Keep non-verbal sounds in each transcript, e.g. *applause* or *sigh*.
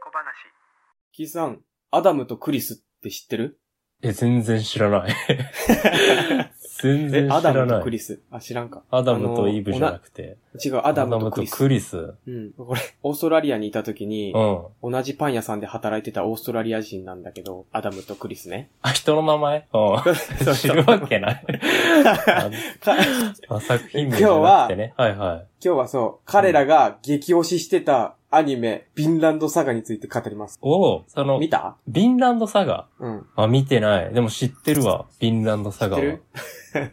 小話。キーさん、アダムとクリスって知ってるえ、全然知 *laughs* らない。全然え、知アダらムとなクい。リス。あ、知らんか。アダムとイブじゃなくて。違う、アダムとクリス。リス。うん。これ、オーストラリアにいた時にう、ん。同じパン屋さんで働いてたオーストラリア人なんだけど、アダムとクリスね。あ、人の名前うん。 *laughs* 知るわ *laughs* けない。あかあ作品名じゃなくてね。はいはい。今日はそう、彼らが激推ししてたアニメ、ビンランドサガについて語ります。おお、その見、たビンランドサガ。うん。あ、見てない。でも知ってるわ。ビンランドサガは。知って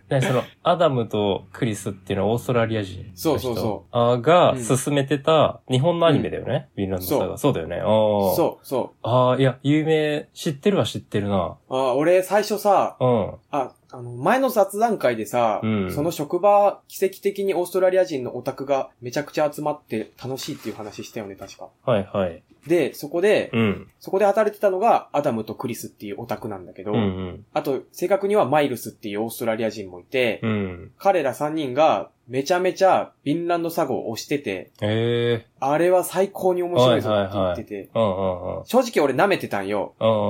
*laughs* ねその、アダムとクリスっていうのはオーストラリア人の人。。そうそうそうあがうん進めてた日本のアニメだよね。ビンランドサガ。そうだよね。ああ。う。そう、そああ、いや、有名、知ってるは知ってるな。う。あ、俺、最初さ、うん。あ、あの、前の雑談会でさ、うんその職場、奇跡的にオーストラリア人のオタクがめちゃくちゃ集まって楽しいっていう話したよね、確か。はいはい。で、そこで、うん。そこで働いてたのが、アダムとクリスっていうオタクなんだけど、うんうん。あと、正確にはマイルスっていうオーストラリア人もいて、うん。彼ら3人がめちゃめちゃビンランドサゴを推してて、ええあれは最高に面白いぞって言ってて、ー。うんうんうん。正直俺舐めてたんよ。うんうんうん。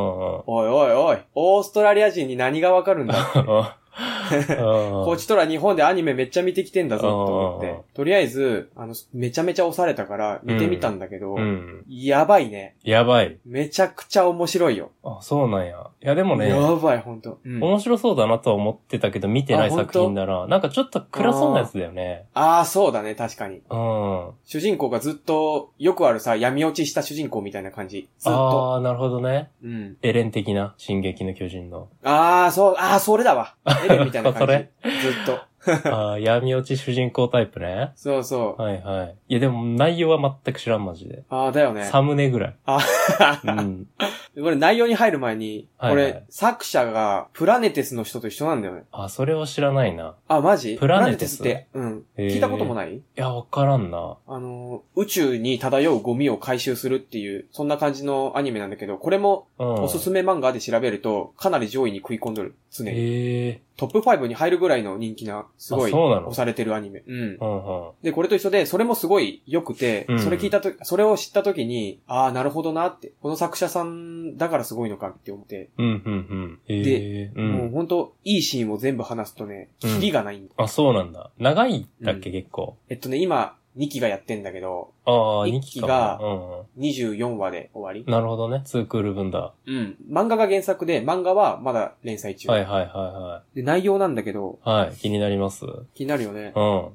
おいおいおい、オーストラリア人に何がわかるんだ *laughs* ここっちとら日本でアニメめっちゃ見てきてんだぞと思うんうんっうんて。とりあえず、あの、めちゃめちゃ押されたから見てみたんだけど、うん。やばいね。やばい。めちゃくちゃ面白いよ。あ、そうなんや。いやでもね、やばい、ほんと。うん面白そうだなとは思ってたけど、見てないあ本作当品だな。なんかちょっと暗そうなやつだよね。ああ、そうだね、確かに。うん。主人公がずっと、よくあるさ、闇落ちした主人公みたいな感じ。ずっと。ああー、なるほどね。うん。エレン的な、進撃の巨 *laughs* 人の。ああ、そう、ああ、それだわ。エレンみたいな *laughs* そ感れじ。ずっと。ああ、闇落ち主人公タイプね。そうそう。はいはい。いやでも内容は全く知らん、マジで。ああ、だよね。サムネぐらい。あうん。これ内容に入る前に、はいはいこれ、作者が、プラネテスの人と一緒なんだよね。あ、それを知らないな。あ、マジプラネテスプラって、うん。へー *laughs* 聞いたこともないいや、わからんな。あのー、宇宙に漂うゴミを回収するっていう、そんな感じのアニメなんだけど、これも、うん。おすすめ漫画で調べると、かなり上位に食い込んどる。常に。へえトップ5に入るぐらいの人気な、すごい、あそうなの押されてるアニメ。うんー。。うんうん。で、これと一緒で、それもすごい良くて、うんそれ聞いたとき、それを知ったときに、ああ、なるほどなって、この作者さんだからすごいのかって思って、うんうんうん。へえう。もうんほんと、いいシーンを全部話すとね、うんキリがないんだ。あ、そうなんだ。長いんだっけ、う結構。えっとね、今、2期がやってんだけど、ああ、一2期期がかな。うんうん。 24話で終わり。なるほどね。ツークール分だ。うん。漫画が原作で、漫画はまだ連載中。はいはいはで、内容なんだけど、いはい。はい、気になります。う気になるよね。ん。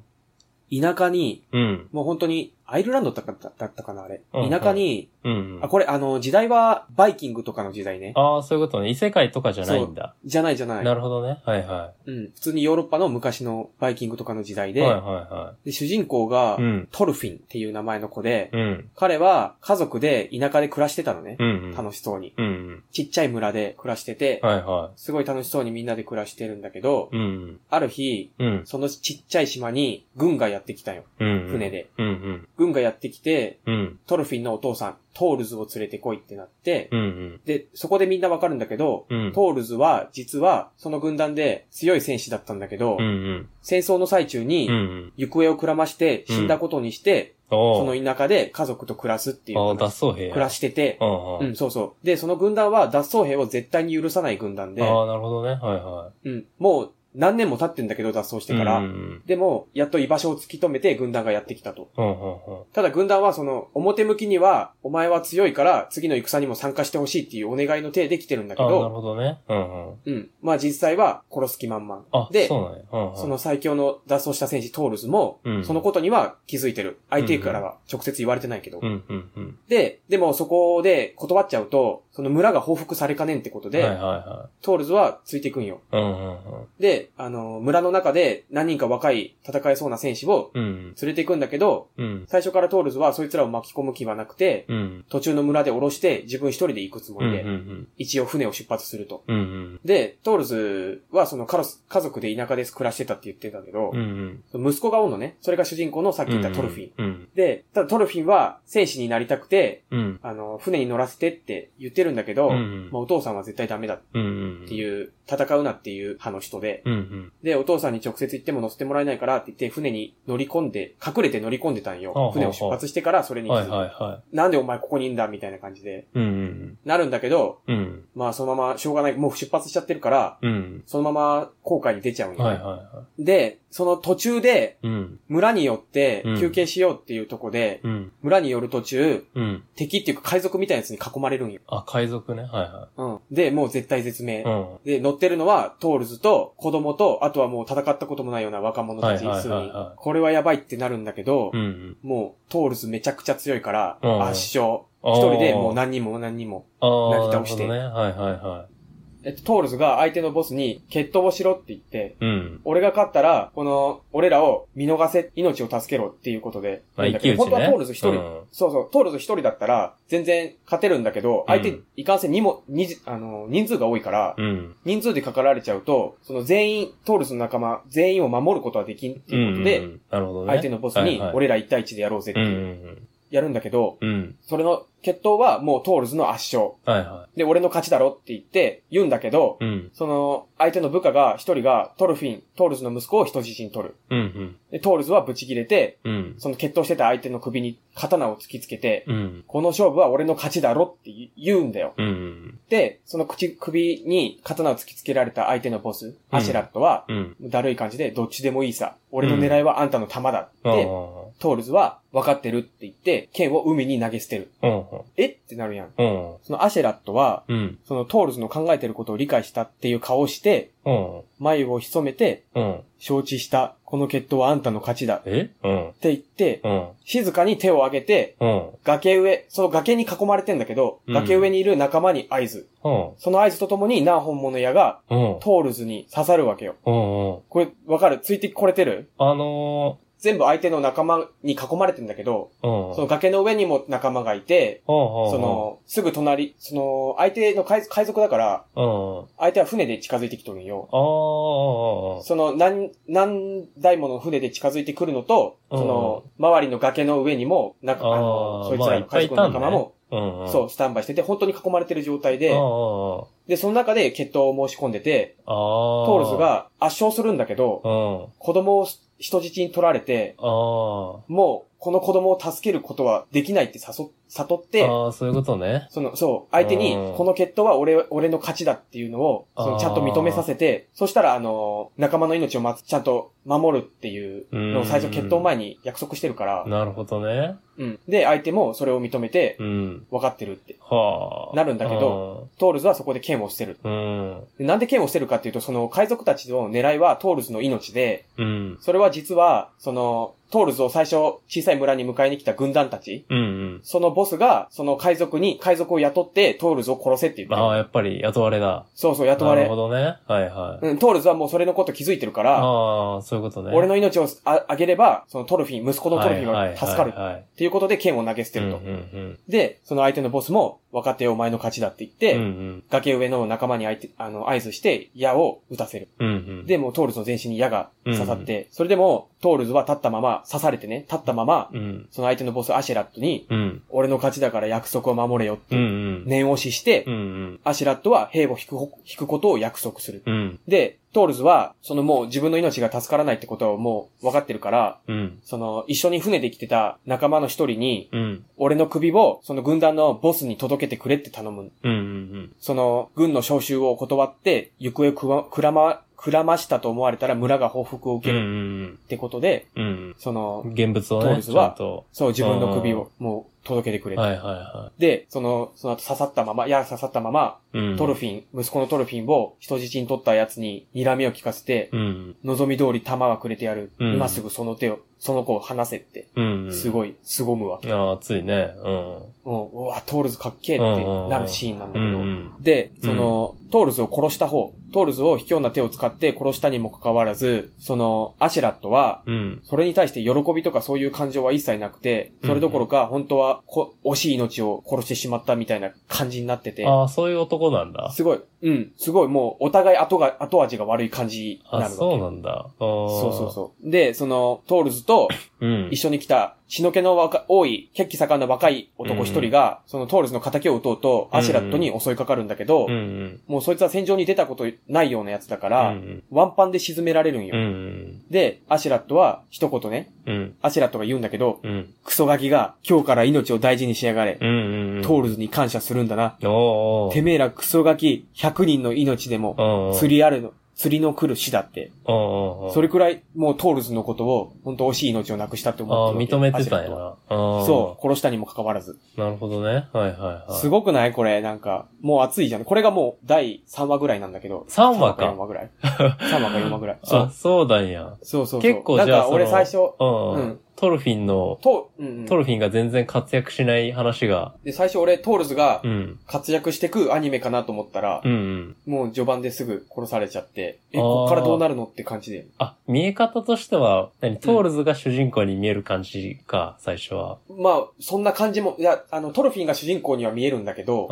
田舎に、うん。もう本当に、アイルランドだっただったかな、あれ。うん田舎に、うん。あ、これ、あの、時代は、バイキングとかの時代ね。ああ、そういうことね。異世界とかじゃないんだ。じゃないじゃない。なるほどね。はいはうん。普通にヨーロッパの昔のバイキングとかの時代い。で、はいはいはで主人公が、い。うん。トルフィンっていう名前の子で、うん。彼は家族で田舎で暮らしてたのね。うんうん。楽しそうに。うんうん。ちっちゃい村で暮らしてて、はいはすごい楽しそうにみんなで暮らしてるんだけど、い。うんある日、うん。うん。そのちっちゃい島に軍がやってきたよ。うん。船。で。うんうん。軍がやってきて、うん。トルフィンのお父さん、トールズを連れてこいってなって、うんうん。で、そこでみんなわかるんだけど、うん。トールズは、実は、その軍団で強い戦士だったんだけど、うんうん。戦争の最中に、うんうん。行方をくらまして死んだことにして、おそーの田舎で家族と暮らすっていうああ、話脱走兵や。暮らしてて、うんう。うんん、そうそう。で、その軍団は脱走兵を絶対に許さない軍団で、ああ、なるほどね。はいはうん、もう何年も経ってんだけど脱走しい。てから、うんうんでも、やっと居場所を突き止めて軍団がやってきたと。うん。うんうんうん。ただ軍団はその、表向きには、お前は強いから、次の戦にも参加してほしいっていうお願いの手で来てるんだけああ、なるど、ほどね。うんうん。うん。まあ実際は、殺す気満々。あ、でそうなんや。うんうん。その最強の脱走した戦士トールズも、うんそのことには気づいてる。相手からは直接言われてないけど。うんうんうん。で、でもそこで断っちゃうと、その村が報復されかねんってことで、はいはいはトールズはついていくんよ。い。うんうんうん。で、あの、村の中で何人か若い戦えそうな戦士をうん連れていくんだけど、うん。最初からトールズはそいつらを巻き込む気はなくて、うん。途中の村で降ろして自分一人で行くつもうん。りうんで、うん一応船を出発すると。うん。うんで、トールズはそのカロス家族で田舎で暮らしてたって言ってたけどうん。う、ん息子がおんのね、それが主人公のさっきう言ん。ったトルフィン。うん。で、ただトルフィンは戦士になりたくて、うん。あの、船に乗らせてって言ってるんだけど、うんうんまあ、お父さんは絶対ダメだっうんうん。ていう戦うなっていう派の人で、うんうん。で、お父さんに直接行っても乗せてもらえないからって言って、船に乗り込んで、隠れて乗り込んでたんほうほうほよ。う船を出発してからそれに気はづいくはいはなんでお前ここにいんだみたいな感じで、い。うんうんなるんだけど、うん。うん。まあそのまましょうがない、もう出発しちゃってるから、うん。そのまま航海に出ちゃうんよ。はいはいはで、その途中で、い。うん。村に寄ってうん休憩しようっていうとこで、うん。村に寄る途中、うん。敵っていうか海賊みたいなやつに囲まれるんよ。あ、海賊ね。はいはうん。で、もう絶対絶命。い。うん。で、乗ってるのは、トールズと、子供と、あとはもう戦ったこともないような若者たちはいはい数はい人は。これはやばいってなるんだけど、うんうん。もう、トールズめちゃくちゃ強いから、うん圧勝。一一人でもう何人も何人も。あなぎあ、倒してなるほどね。はいはいはえっと、トールズが相手のボスに、決闘をしろって言って、い。うん。俺が勝ったら、この、俺らを見逃せ、命を助けろっていうことで。まあ、なんだ一け騎ど打本ちね。当はトールズ一人、うんそうそう、トールズ一人だったら、全然勝てるんだけど、相手、うんいかんせんにも、にじ、あの、人数が多いから、うん。人数でかかられちゃうと、その全員、トールズの仲間、全員を守ることはできんっていうことで、んんんなるほどね。相手のボスに、はいはい俺ら一対一でやろうぜっうんうて、んやるんだけど、うん。うん。それの決闘はもうトールズの圧勝。はいはで、俺の勝ちだろって言って、言うんだけど、い。うん。その、相手の部下が、一人が、トルフィン、トールズの息子を人質に取る。うんで、トールズはブチ切れて、うん。うん。その決闘してた相手の首に刀を突きつけて、うん。この勝負は俺の勝ちだろって言うんだよ。うんうん。で、その口、首に刀を突きつけられた相手のボス、アシェラットは、うん。だるい感じで、どっちでもいいさ。俺の狙いはあんたの弾だって、ああ。トールズは、分かってるって言って、剣を海に投げ捨てる。うん。えってなるやん。うん。そのアシェラットは、うん。そのトールズの考えてることを理解したっていう顔をして、うん。眉を潜めて、うん。承知した。この決闘はあんたの勝ちだ。っえうん。て言って、うん。静かに手を上げて、うん。崖上、その崖に囲まれてんだけど、うん崖上にいる仲間に合図。うん。その合図とともに何本もの矢が、うん。トールズに刺さるわけよ。うん。うん。これ、わかるついてこれてるあの全部相手の仲間に囲まれてんだけど、ー、うん。その崖の上にも仲間がいて、そその、すぐ隣、その、相手の海海賊だから、の、うん。相手は船で近づいてきとるんよ。ああ、その、何、何台もの船で近づいてくるのと、うんその、周りの崖の上にも、なんか、ああの、ーそいつらの海賊の仲間も、うん。そう、スタンバイしてて、本当に囲まれてる状態でう、ん。で、その中で決闘を申し込んでて、ああ。トールズ、が圧勝するんだけどう、ん。子供を人質に取られて、ああ。もう、この子供を助けることはできないって誘、悟って、ああ、そういうことね。その、そう、相手にうん、この決闘は俺、俺の勝ちだっていうのを、そのあーちゃんと認めさせて、そしたら、あの、仲間の命をまつ、ちゃんと守るっていうのを最初決闘前に約束してるから、なるほどね。うん。で、相手もそれを認めて、うん。分かってるって。はあ。なるんだけど、トールズはそこで剣を捨てる。うん。でなんで剣を捨てるかっていうと、その海賊たちの狙いはトールズの命で、うん。それは実は、その、トールズを最初、小さい村に迎えに来た軍団たち、うんうん。そのボスが、その海賊に、海賊を雇って、トールズを殺せって言あっあ、て。やっぱり雇われだ。そうそう、雇わなるれほ。どね。はいはい。うん、トールズはもうそれのこと気づいてるから、ああ、そういうことね。俺の命をああげれば、そのトルフィン、息子のトルフィンが助かる。はいはいはいはい。っていうことで剣を投げ捨てると。うんうんで、その相手のボスも、分かってよお前の勝ちだって言って、うん。うんうん。崖上の仲間に相手、あの、合図して、矢を撃たせる。うんうん。で、もうトールズの全身に矢が刺さって、それでも、トールズは立ったまま、刺されてね、立ったまま、うん。その相手のボスアシェラットに、うん。俺の勝ちだから約束を守れよっうんうて、ん。。念押しして、うんうん。アシェラットは兵を引くほ、引くことを約束する。うん。で、トールズは、そのもう自分の命が助からないってことはもう分かってるから、うん。その一緒に船で来てた仲間の一人に、うん。俺の首をその軍団のボスに届けてくれって頼む。うんうん。その軍の召集を断って、行方をくわくらま、くらましたと思われたら村が報復を受うん。うけんるってことで、うん。そのう、ん。現物をトーね、ルズちゃはんと。そう自分の首をもう届けてくれて。はいはいはで、その、その後刺さったまま、いや刺さったまま、い。うん。トルフィン、息子のトルフィンを人質に取ったやつに睨みを聞かせて、うん。望み通り弾はくれてやる。うん今すぐその手を、その子を離せって、うんうん。すごい、凄むわけ。いやー、熱いね。うん。うん、うわ、トールズかっけえってなるシーンなんだうけんうど。ん。で、その、トールズを殺した方、トールズを卑怯な手を使って殺したにもかかわらず、その、アシェラットは、うん。それに対して喜びとかそういう感情は一切なくて、それどころか本当はこ惜しい命を殺してしまったみたいな感じになってて、ああ、そういう男なんだ。すごい、うん、すごいもうお互い後が、後味が悪い感じになるあ、わけ。そうなんだ。そそううそうそう。で、その、トールズ *laughs* と、うん一。緒に来た、血の気の若多い、血気盛んな若い男一人が、そのトールズの仇を撃とうと、アシュラットに襲いかかるんだけど、うんうん。もうそいつは戦場に出たことないようなやつだから、うんワンパンで沈められるんうよ。ん。で、アシュラットは、一言ね、うん。アシュラットが言うんだけど、うん。クソガキが、今日から命を大事にしやがれ、うんうんうん。トールズに感謝するんだな。おーおー。てめえらクソガキ、100人の命でも、おーおー釣りあるの、釣りの来る死だって。おーおーおーそれくらい、もうトールズのことを、本当惜しい命をなくしたってあ思あ、ってる認わけめてたんやアシな。ュラットはああ。そう、殺したにもかかわらず。う。なるほどね。はいはいはい。すごくないこれ、なんか、もう熱いじゃん。これがもう第3話ぐらいなんだけど。 3話か3 4話ぐ *laughs* らい。3話か4話ぐらい。そあ、う。そうだんや。そうそうそう。結構じゃあなんか俺その最初、うん。うんトルフィンの、と、うんうんトルフィンが全然活躍しない話が、で、最初俺、トールズがうん。活躍してくアニメかなと思ったらう、んうん。もう序盤ですぐ殺されちゃって、え、あーこっからどうなるのって感じで。あ、見え方としては、何トールズが主人公に見える感じか、最初は。まあ、そんな感じも、いや、あの、トルフィンが主人公には見えるんだけど、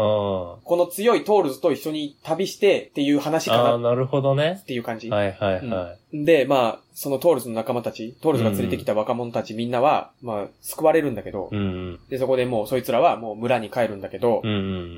あこの強いトールズと一緒に旅してっていう話あ。あかあ、ななるほどねっ。ていう感じ。はいはいはい。で、まあ、そのトールズの仲間たち、トールズが連れてきた若者たちみんなは、まあ、救われるんだけど、うんうん。で、そこでもうそいつらはもう村に帰るんだけど、うんう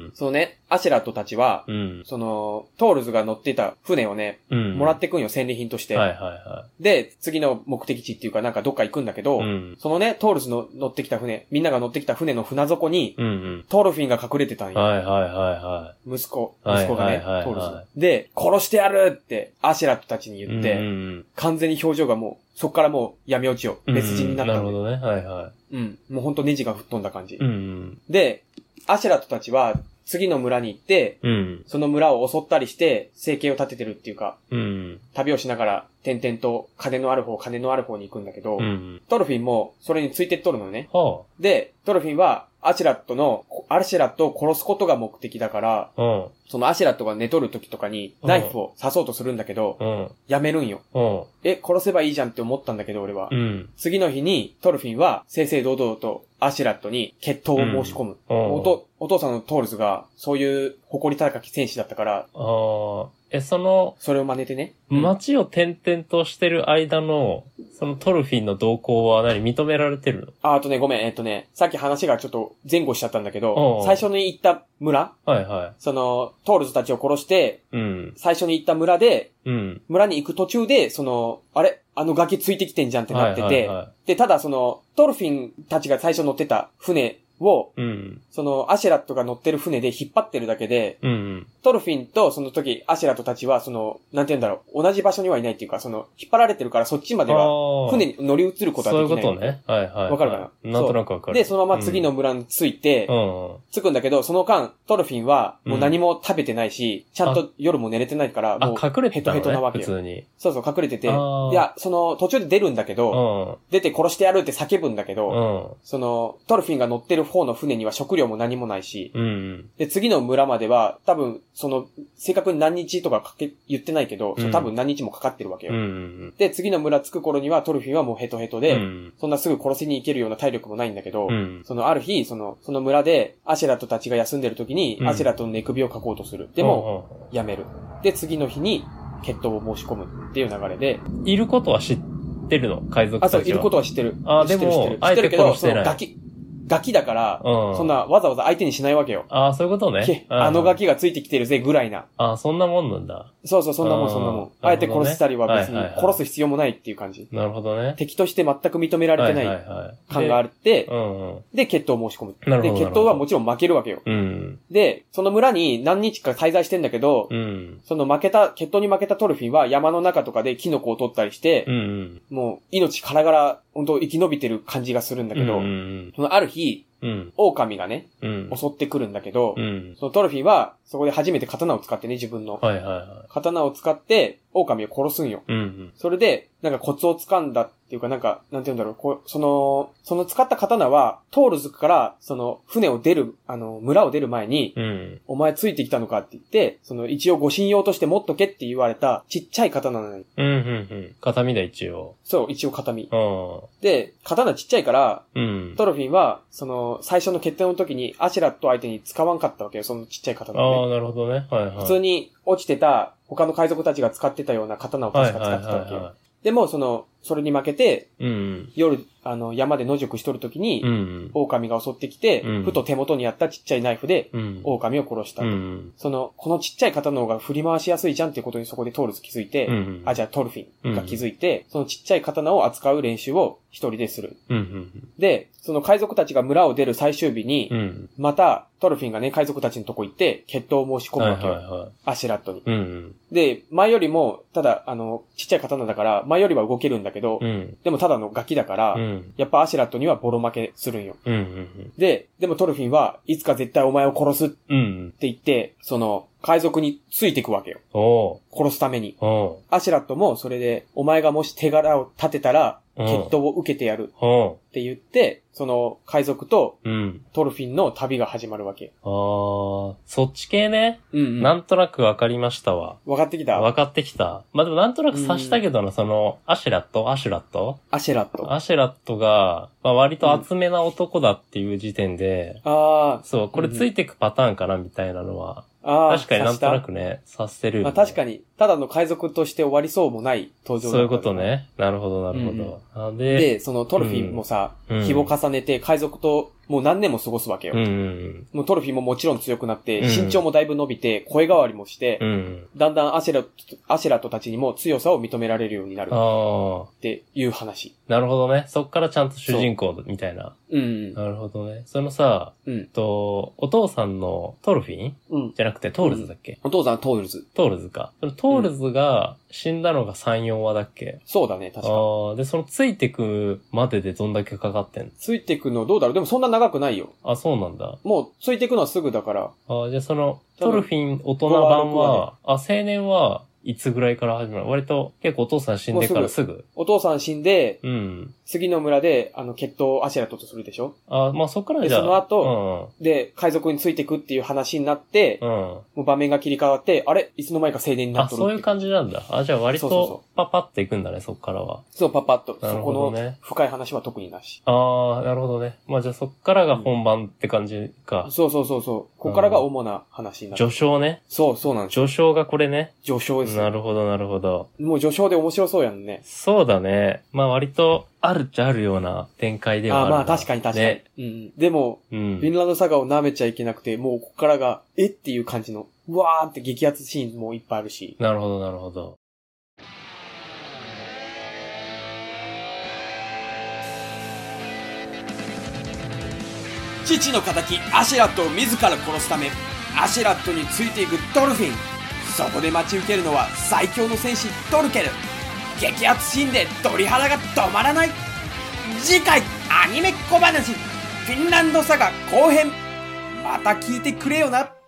んそのね、アシェラットたちは、うん。うん。その、トールズが乗ってた船をね、うん。もらってくんよ、戦利品として。はいはいはで、次の目的地っていうかなんかどっか行くんだけい。ど、うん。そのね、トールズの乗ってきた船、みんなが乗ってきた船の船底に、うんトールフィンが隠れてたんうん。よ。はいはいはいは息子、はい息子がね、はいはいはいトールズの。で、殺してやるって、アシェラットたちにい。言って、うんうん完全に表情がもう、そっからもう闇落ちよ。うん、別人になったうんんで。うんなるほどね。はいはうん。もうほんとネジが吹っ飛んだ感じ。い。うんで、アシェラットたちは次の村に行って、うん。うん。その村を襲ったりして、生計を立ててるっていうか、うん。旅をしながら、点々と金のある方、金のある方に行くんだけど、うん。トルフィンもそれについてっとるのね。はで、トルフィンは、アシェラットの、アシェラットを殺すことが目的だから、あ。うん。そのアシェラットが寝とる時とかに、ナイフを刺そうとするんだけど、うん。やめるんよ。うん。え、殺せばいいじゃんって思ったんだけど、俺はう。ん。次の日に、トルフィンは、正々堂々と、アシュラットに決闘を申し込む。うんおと、お父さんのトールズが、そういう、誇り高き戦士だったから、ああ。え、その、それを真似てね。街を転々としてる間の、そのトルフィンの動向は何認められてるあ、あとね、ごめん、えっとね、さっき話がちょっと前後しちゃったんだけうどん、最初に行った村のはいはその、トールズたちを殺して、い。うん。最初に行った村で、うん。村に行く途中で、その、あれあの崖ついてきてんじゃんってなってて、はいはいはで、ただその、トルフィンたちが最初乗ってた船を、い。うん。その、アシェラットが乗ってる船で引っ張ってるだけで、うんうん。トルフィンとその時、アシェラトたちは、その、なんて言うんだろう、同じ場所にはいないっていうか、その、引っ張られてるからそっちまでは、ああ船に乗り移ることそうはいうできこない。とね。はいはいはい。わかるかななんとなくわかる。で、そのまま次の村に着いて、うん。うん。着くんだけど、その間、トルフィンは、もう何も食べてないし、ちゃんと夜も寝れてないから、あもう、、隠れてたのヘトヘトなわねけ普よ通に。そうそう隠れてて、いあーや、その、途中で出るんだけうど、ん。出て殺してやるって叫ぶんだけうど、ん。その、トルフィンが乗ってる方の船には食料も何もないし、うん。で、次の村までは、多分、その、正確に何日とかかけ、言ってないけど、そううん多分何日もかかってるわけうよ。んうん。で、次の村着く頃にはトルフィンはもうヘトヘトで、うん。そんなすぐ殺しに行けるような体力もないんだけど、うん。そのある日、その、その村で、アシェラトたちが休んでる時に、うんアシェラトの寝首をかこうとする。でも、やめる。で、次の日に、決闘を申し込むっていう流れで、うん、うんいることは知ってるの海賊あ、たちそは。う、いることは知ってる。あー知ってるでも知ってる知ってるけど、あえて殺しそてなのいガキ、ガキだから、うん。そん。なわざわざ相手にしないわけよ。ああ、そういうことねけ。あのガガキがついてきてるぜ、ぐらいな。あ、そんなもんなんだ。そうそう、そんなもあん、ーそんなもん。なるほどねあえて殺したりは別にはいはい、はい殺す必要もないっていう感じ。なるほどね。敵として全く認められてはないはいはい感がある。ってで、うんうん。で、決闘を申し込む。なるほで、ど決闘はもちろん負けるわけよ。うん。で、その村に何日か滞在してんだけど、うん。その負けた、決闘に負けたトルフィンは山の中とかでキノコを取ったりしてう、ん。もう命からがら、本当生き延びてる感じがするんだけどう、ん。そのある日、うん。狼がね、うん。襲ってくるんだけどう、ん。そのトルフィンはそこで初めて刀を使ってね、自分の。はいはいは刀を使って、狼を殺すんよ。い。うん。それで、なんかコツを掴んだっていうか、なんか、なんて言うんだろう、こう、その、その使った刀は、トールズから、その、船を出る、あの、村を出る前に、うん。お前ついてきたのかって言って、その、一応ご信用として持っとけって言われた、ちっちゃい刀なのに。うん。うん。うん。片身だ、一応。そう、一応形見。うで、刀ちっちゃいから、ん。うん。トロフィンは、その、最初の決定の時に、アシュラット相手に使わんかったわけよ、そのちっちゃい刀をね。ああ、なるほどね。はいはい。普通に落ちてた、他の海賊たちが使ってたような刀をは確かいは使っいてたわけよ。はでも、その、それに負けて、うん。夜、あの、山で野宿しとるときに、うん。狼が襲ってきて、うんふと手元にあったちっちゃいナイフで、うん。狼を殺した。うん。その、このちっちゃい方の方が振り回しやすいじゃんっていうことにそこでトールズ気づいて、うん。あ、じゃあトルフィンが気づいて、そのちっちゃい刀を扱う練習を一人でする。うん。で、その海賊たちが村を出る最終日に、うん。また、トルフィンがね、海賊たちのとこ行って、決闘を申し込むはいわはけいよ。はアシュラットに。い。うん。で、前よりも、ただ、あの、ちっちゃい刀だから、前よりは動けるんだけど、うん。でもただのガキだから、うん。やっぱアシュラットにはボロ負けするんよ。うん。で、でもトルフィンはいつか絶対お前を殺すってうん。言って、その、海賊についていくわけよ。おう。殺すために。おう。アシュラットもそれで、お前がもし手柄を立てたら、うん決闘を受けてやるおって言って、その海賊とう。うん。トルフィンの旅が始まるわけ。あー、そっち系ね。うん、な。んとなくわかりましたわ。分かってきた分かってきた。まあ、でもなんとなく察したけどな、その、アシュラットアシュラットアシュラット。あアシュラットが、まあ、割と厚めな男だっていう時点で、あー、そう、これついてくパターンかなみたいなのは、ああ、確かになんとな察しくね、察せるたよね、まあ確かに、ただの海賊として終わりそうもない登場だそういっうたこんだと。ね。なるほど、なるほど。あで、で、そのトルフィンもさ、うん日を重ねて海賊ともう何年も過ごすわけよ。うんうんもうトルフィンももちろん強くなって、うん身長もだいぶ伸びて、声変わりもして、うん。うん。だんだんアシェラット、アシェラットたちにも強さを認められるようになるっああ、ていう話。なるほどね。そっからちゃんと主人公みたいな。うん。なるほどね。そのさ、うんえっと、お父さんのトルフィンうん。じゃなくてトールズだっけ、お父さんトールズ。トールズか。そのトールズが死んだのが3、4話だっけ、そうだね、確か。ああ、で、そのついてくまででどんだけかかってんのついてくのどうだろうでもそんな長くないよ。あ、そうなんだ。もうついてくのはすぐだから、ああ、じゃあその、多分トルフィン大人5版はは、あ、青年はいつぐらいから始まる割と結構お父さん死んでからすぐ。お父さん死んで、うん。次の村で、あの、決闘をアシェラットとするでしょああ、まあそっからでじゃあ。その後で、海賊についてくっていう話になって、うん、うん。うん。もう場面が切り替わって、あれいつの間にか青年になあ、っとるそういう感じ。じなんだ。あ、じゃあ割そうそうそとパパっていくんだね、そっからは。そう、パパッと。なるそこほどねの深い話は特になし。ああ、なるほどね。まあじゃあそっからが本番って感じか。そうそうそうそう。ここからが主な話になる。序章ね。そう、そうなんですよ。序章がこれね。序章ですよなるほど、なるほど。もう序章で面白そうやんね。そうだね。まあ割と、あるっちゃあるような展開ではああるあ、な。まあ確かに確かに。ね。うん、でも、うヴィンん。ランドサガを舐めちゃいけなくて、もうここからが、えっていう感じの、うわーって激アツシーンもいっぱいあるし。なるほど、なるほど。父の敵、アシェラットを自ら殺すため、アシェラットについていくドルフィン。そこで待ち受けるのは最強の戦士ドルケル。激アツシーンで鳥肌が止まらない次回、アニメ小話、フィンランドサガ後編。また聞いてくれよな。